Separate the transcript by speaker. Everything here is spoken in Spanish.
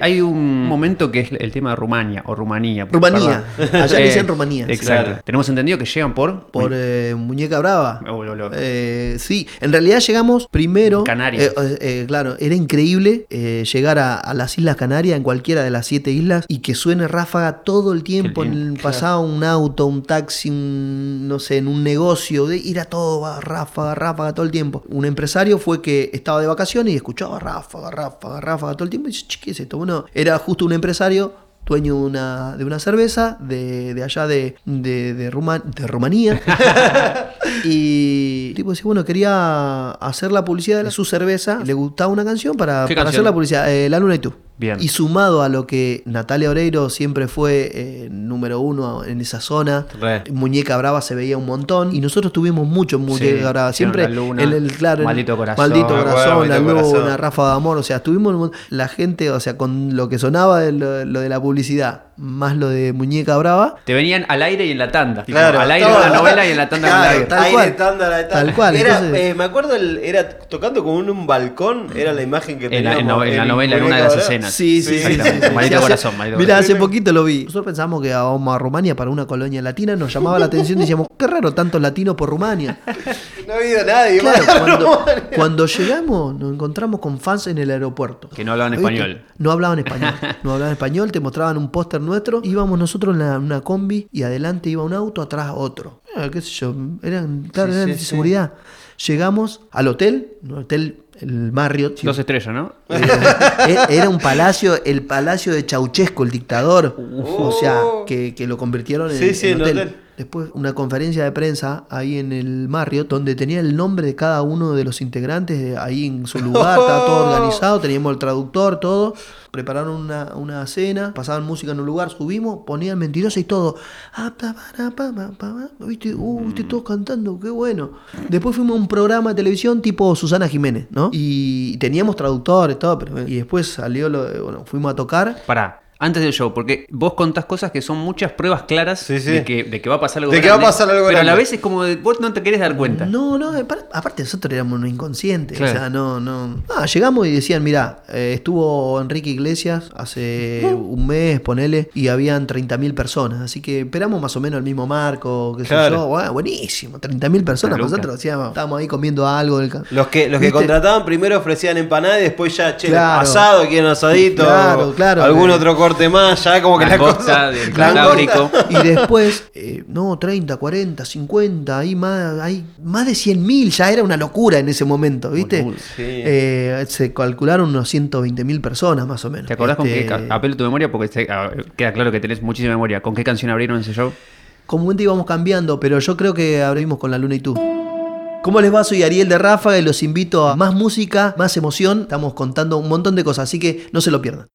Speaker 1: Hay un momento que es el tema de Rumania o Rumanía.
Speaker 2: Mm. Rumanía.
Speaker 1: perdón.
Speaker 2: Allá le dicen
Speaker 1: Eh,
Speaker 2: Rumanía.
Speaker 1: Exacto.
Speaker 3: Claro.
Speaker 1: Tenemos entendido que llegan por.
Speaker 2: Por eh, Muñeca Brava.
Speaker 1: Oh, lo- lo-
Speaker 2: Eh, sí, en realidad llegamos primero.
Speaker 1: Canarias.
Speaker 2: eh, eh, claro, era increíble eh, llegar a, a las Islas Canarias, en cualquiera de las siete islas, y que suene ráfaga todo el tiempo.
Speaker 1: Qué
Speaker 2: En
Speaker 1: lindo,
Speaker 2: el pasado, un auto, un taxi, un, no sé, en un negocio, de ir a todo, va, ráfaga, ráfaga, todo el tiempo. Un empresario fue que estaba de vacaciones y escuchaba ráfaga, ráfaga, ráfaga todo el tiempo. Y dice, "Che, ¿qué es esto? Bueno, era justo un empresario. Dueño de una, de una cerveza de, de allá de, de, de, Ruma- de Rumanía. Y el tipo decía, bueno, quería hacer la publicidad de la- su cerveza. Le gustaba una canción para,
Speaker 1: ¿Qué
Speaker 2: para
Speaker 1: canción?
Speaker 2: hacer la publicidad. eh, la luna y tú.
Speaker 1: Bien.
Speaker 2: Y sumado a lo que Natalia Oreiro siempre fue eh, número uno en esa zona.
Speaker 3: Re.
Speaker 2: Muñeca Brava se veía un montón. Y nosotros tuvimos mucho Muñeca
Speaker 1: Sí,
Speaker 2: Brava.
Speaker 1: hicieron
Speaker 2: Siempre
Speaker 1: La Luna,
Speaker 2: el, el- claro, el-
Speaker 1: Maldito Corazón.
Speaker 2: Maldito
Speaker 1: Ah,
Speaker 3: bueno,
Speaker 2: Corazón, La
Speaker 3: Maldito
Speaker 2: Luna,
Speaker 3: Corazón.
Speaker 2: Ráfaga de Amor. O sea, tuvimos un mon- la gente, o sea, con lo que sonaba de lo, lo de la publicidad, más lo de Muñeca Brava.
Speaker 1: Te venían al aire y en la tanda. Tipo,
Speaker 3: Claro,
Speaker 1: al aire
Speaker 3: todo.
Speaker 1: con la novela y en la tanda
Speaker 2: Claro,
Speaker 1: con el aire.
Speaker 2: tal
Speaker 3: Aire,
Speaker 2: cual.
Speaker 3: tándara de
Speaker 2: Tal cual,
Speaker 3: Era,
Speaker 2: entonces-
Speaker 3: eh, me acuerdo, el- era tocando como en un balcón, era la imagen que
Speaker 1: En la,
Speaker 3: teníamos.
Speaker 1: en no- en la
Speaker 3: el
Speaker 1: novela, en una de
Speaker 3: muñeco
Speaker 1: las
Speaker 3: dorado.
Speaker 1: escenas.
Speaker 2: Sí, sí, sí.
Speaker 1: Exactamente.
Speaker 2: sí, sí.
Speaker 1: Maldito
Speaker 2: Sí, hace-
Speaker 1: corazón, maldito
Speaker 2: Mirá,
Speaker 1: corazón.
Speaker 2: hace poquito lo vi. Nosotros pensamos que íbamos a Rumania para una colonia latina, nos llamaba la atención y decíamos, qué raro, tantos latinos por Rumania.
Speaker 3: No ha habido nadie,
Speaker 2: Claro,
Speaker 3: más.
Speaker 2: cuando, cuando llegamos nos encontramos con fans en el aeropuerto.
Speaker 1: Que no hablaban
Speaker 2: ¿Viste?
Speaker 1: español.
Speaker 2: No hablaban español. No hablaban español, te mostraban un póster nuestro. Íbamos nosotros en la- una combi y adelante iba un auto, atrás otro. Ah, qué sé yo, eran, claro,
Speaker 3: Sí,
Speaker 2: eran
Speaker 3: sí, sí.
Speaker 2: seguridad. Llegamos al hotel, un hotel, el Marriott.
Speaker 1: Dos estrellas, ¿no?
Speaker 2: Era- Eh, Era un palacio, el palacio de Ceausescu, el dictador. O sea, que, que lo convirtieron en,
Speaker 3: Sí, sí,
Speaker 2: en
Speaker 3: en
Speaker 2: hotel.
Speaker 3: hotel.
Speaker 2: Después una conferencia de prensa ahí en el Marriott donde tenía el nombre de cada uno de los integrantes eh, ahí en su lugar, estaba todo organizado, teníamos el traductor, todo. Prepararon una, una cena, pasaban música en un lugar, subimos, ponían mentirosa y todo. Ah, pa, pa, pa, pa, pa, pa. ¿Viste? Uh, viste, todos cantando, qué bueno. Después fuimos a un programa de televisión tipo Susana Jiménez, ¿no? Y teníamos traductores, todo, pero y después salió lo, de- bueno, fuimos a tocar.
Speaker 1: Pará. Antes del show, porque vos contás cosas que son muchas pruebas claras
Speaker 3: Sí, sí.
Speaker 1: De, que, de que va a pasar algo
Speaker 3: De que va a pasar algo
Speaker 1: Pero a la
Speaker 3: grande.
Speaker 1: vez es como de- vos no te querés dar cuenta.
Speaker 2: No, no, apar- aparte nosotros éramos unos inconscientes.
Speaker 1: Claro.
Speaker 2: O sea, no, no. Ah, llegamos y decían, mirá, eh, estuvo Enrique Iglesias hace un mes, ponele, y habían 30.000 personas. Así que esperamos más o menos el mismo marco, qué sé
Speaker 3: Claro.
Speaker 2: yo. Buah, buenísimo, 30.000 personas.
Speaker 1: Una luca.
Speaker 2: Nosotros decíamos, estábamos ahí comiendo algo. del ca-
Speaker 3: Los que, los que
Speaker 2: ¿Viste?
Speaker 3: contrataban primero ofrecían empanada y después ya, che,
Speaker 2: Claro.
Speaker 3: asado, quieren asadito,
Speaker 2: Claro, claro.
Speaker 3: algún otro corte más, ya como que la
Speaker 1: Langosta
Speaker 3: cosa...
Speaker 1: del
Speaker 3: Langosta.
Speaker 1: Cantábrico.
Speaker 2: Y después, eh, no, 30, 40, 50, ahí más, ahí más de 100.000, ya era una locura en ese momento, ¿viste?
Speaker 1: Boludo.
Speaker 3: Sí.
Speaker 2: Eh, se calcularon unos 120.000 personas más o menos.
Speaker 1: ¿Te acordás
Speaker 2: Este,
Speaker 1: con qué? ca- Apelo tu memoria porque te- ah, queda claro que tenés muchísima memoria. ¿Con qué canción abrieron ese show?
Speaker 2: Comúnmente íbamos cambiando, pero yo creo que abrimos con la luna y tú. ¿Cómo les va? Soy Ariel de Ráfaga y los invito a más música, más emoción. Estamos contando un montón de cosas, así que no se lo pierdan.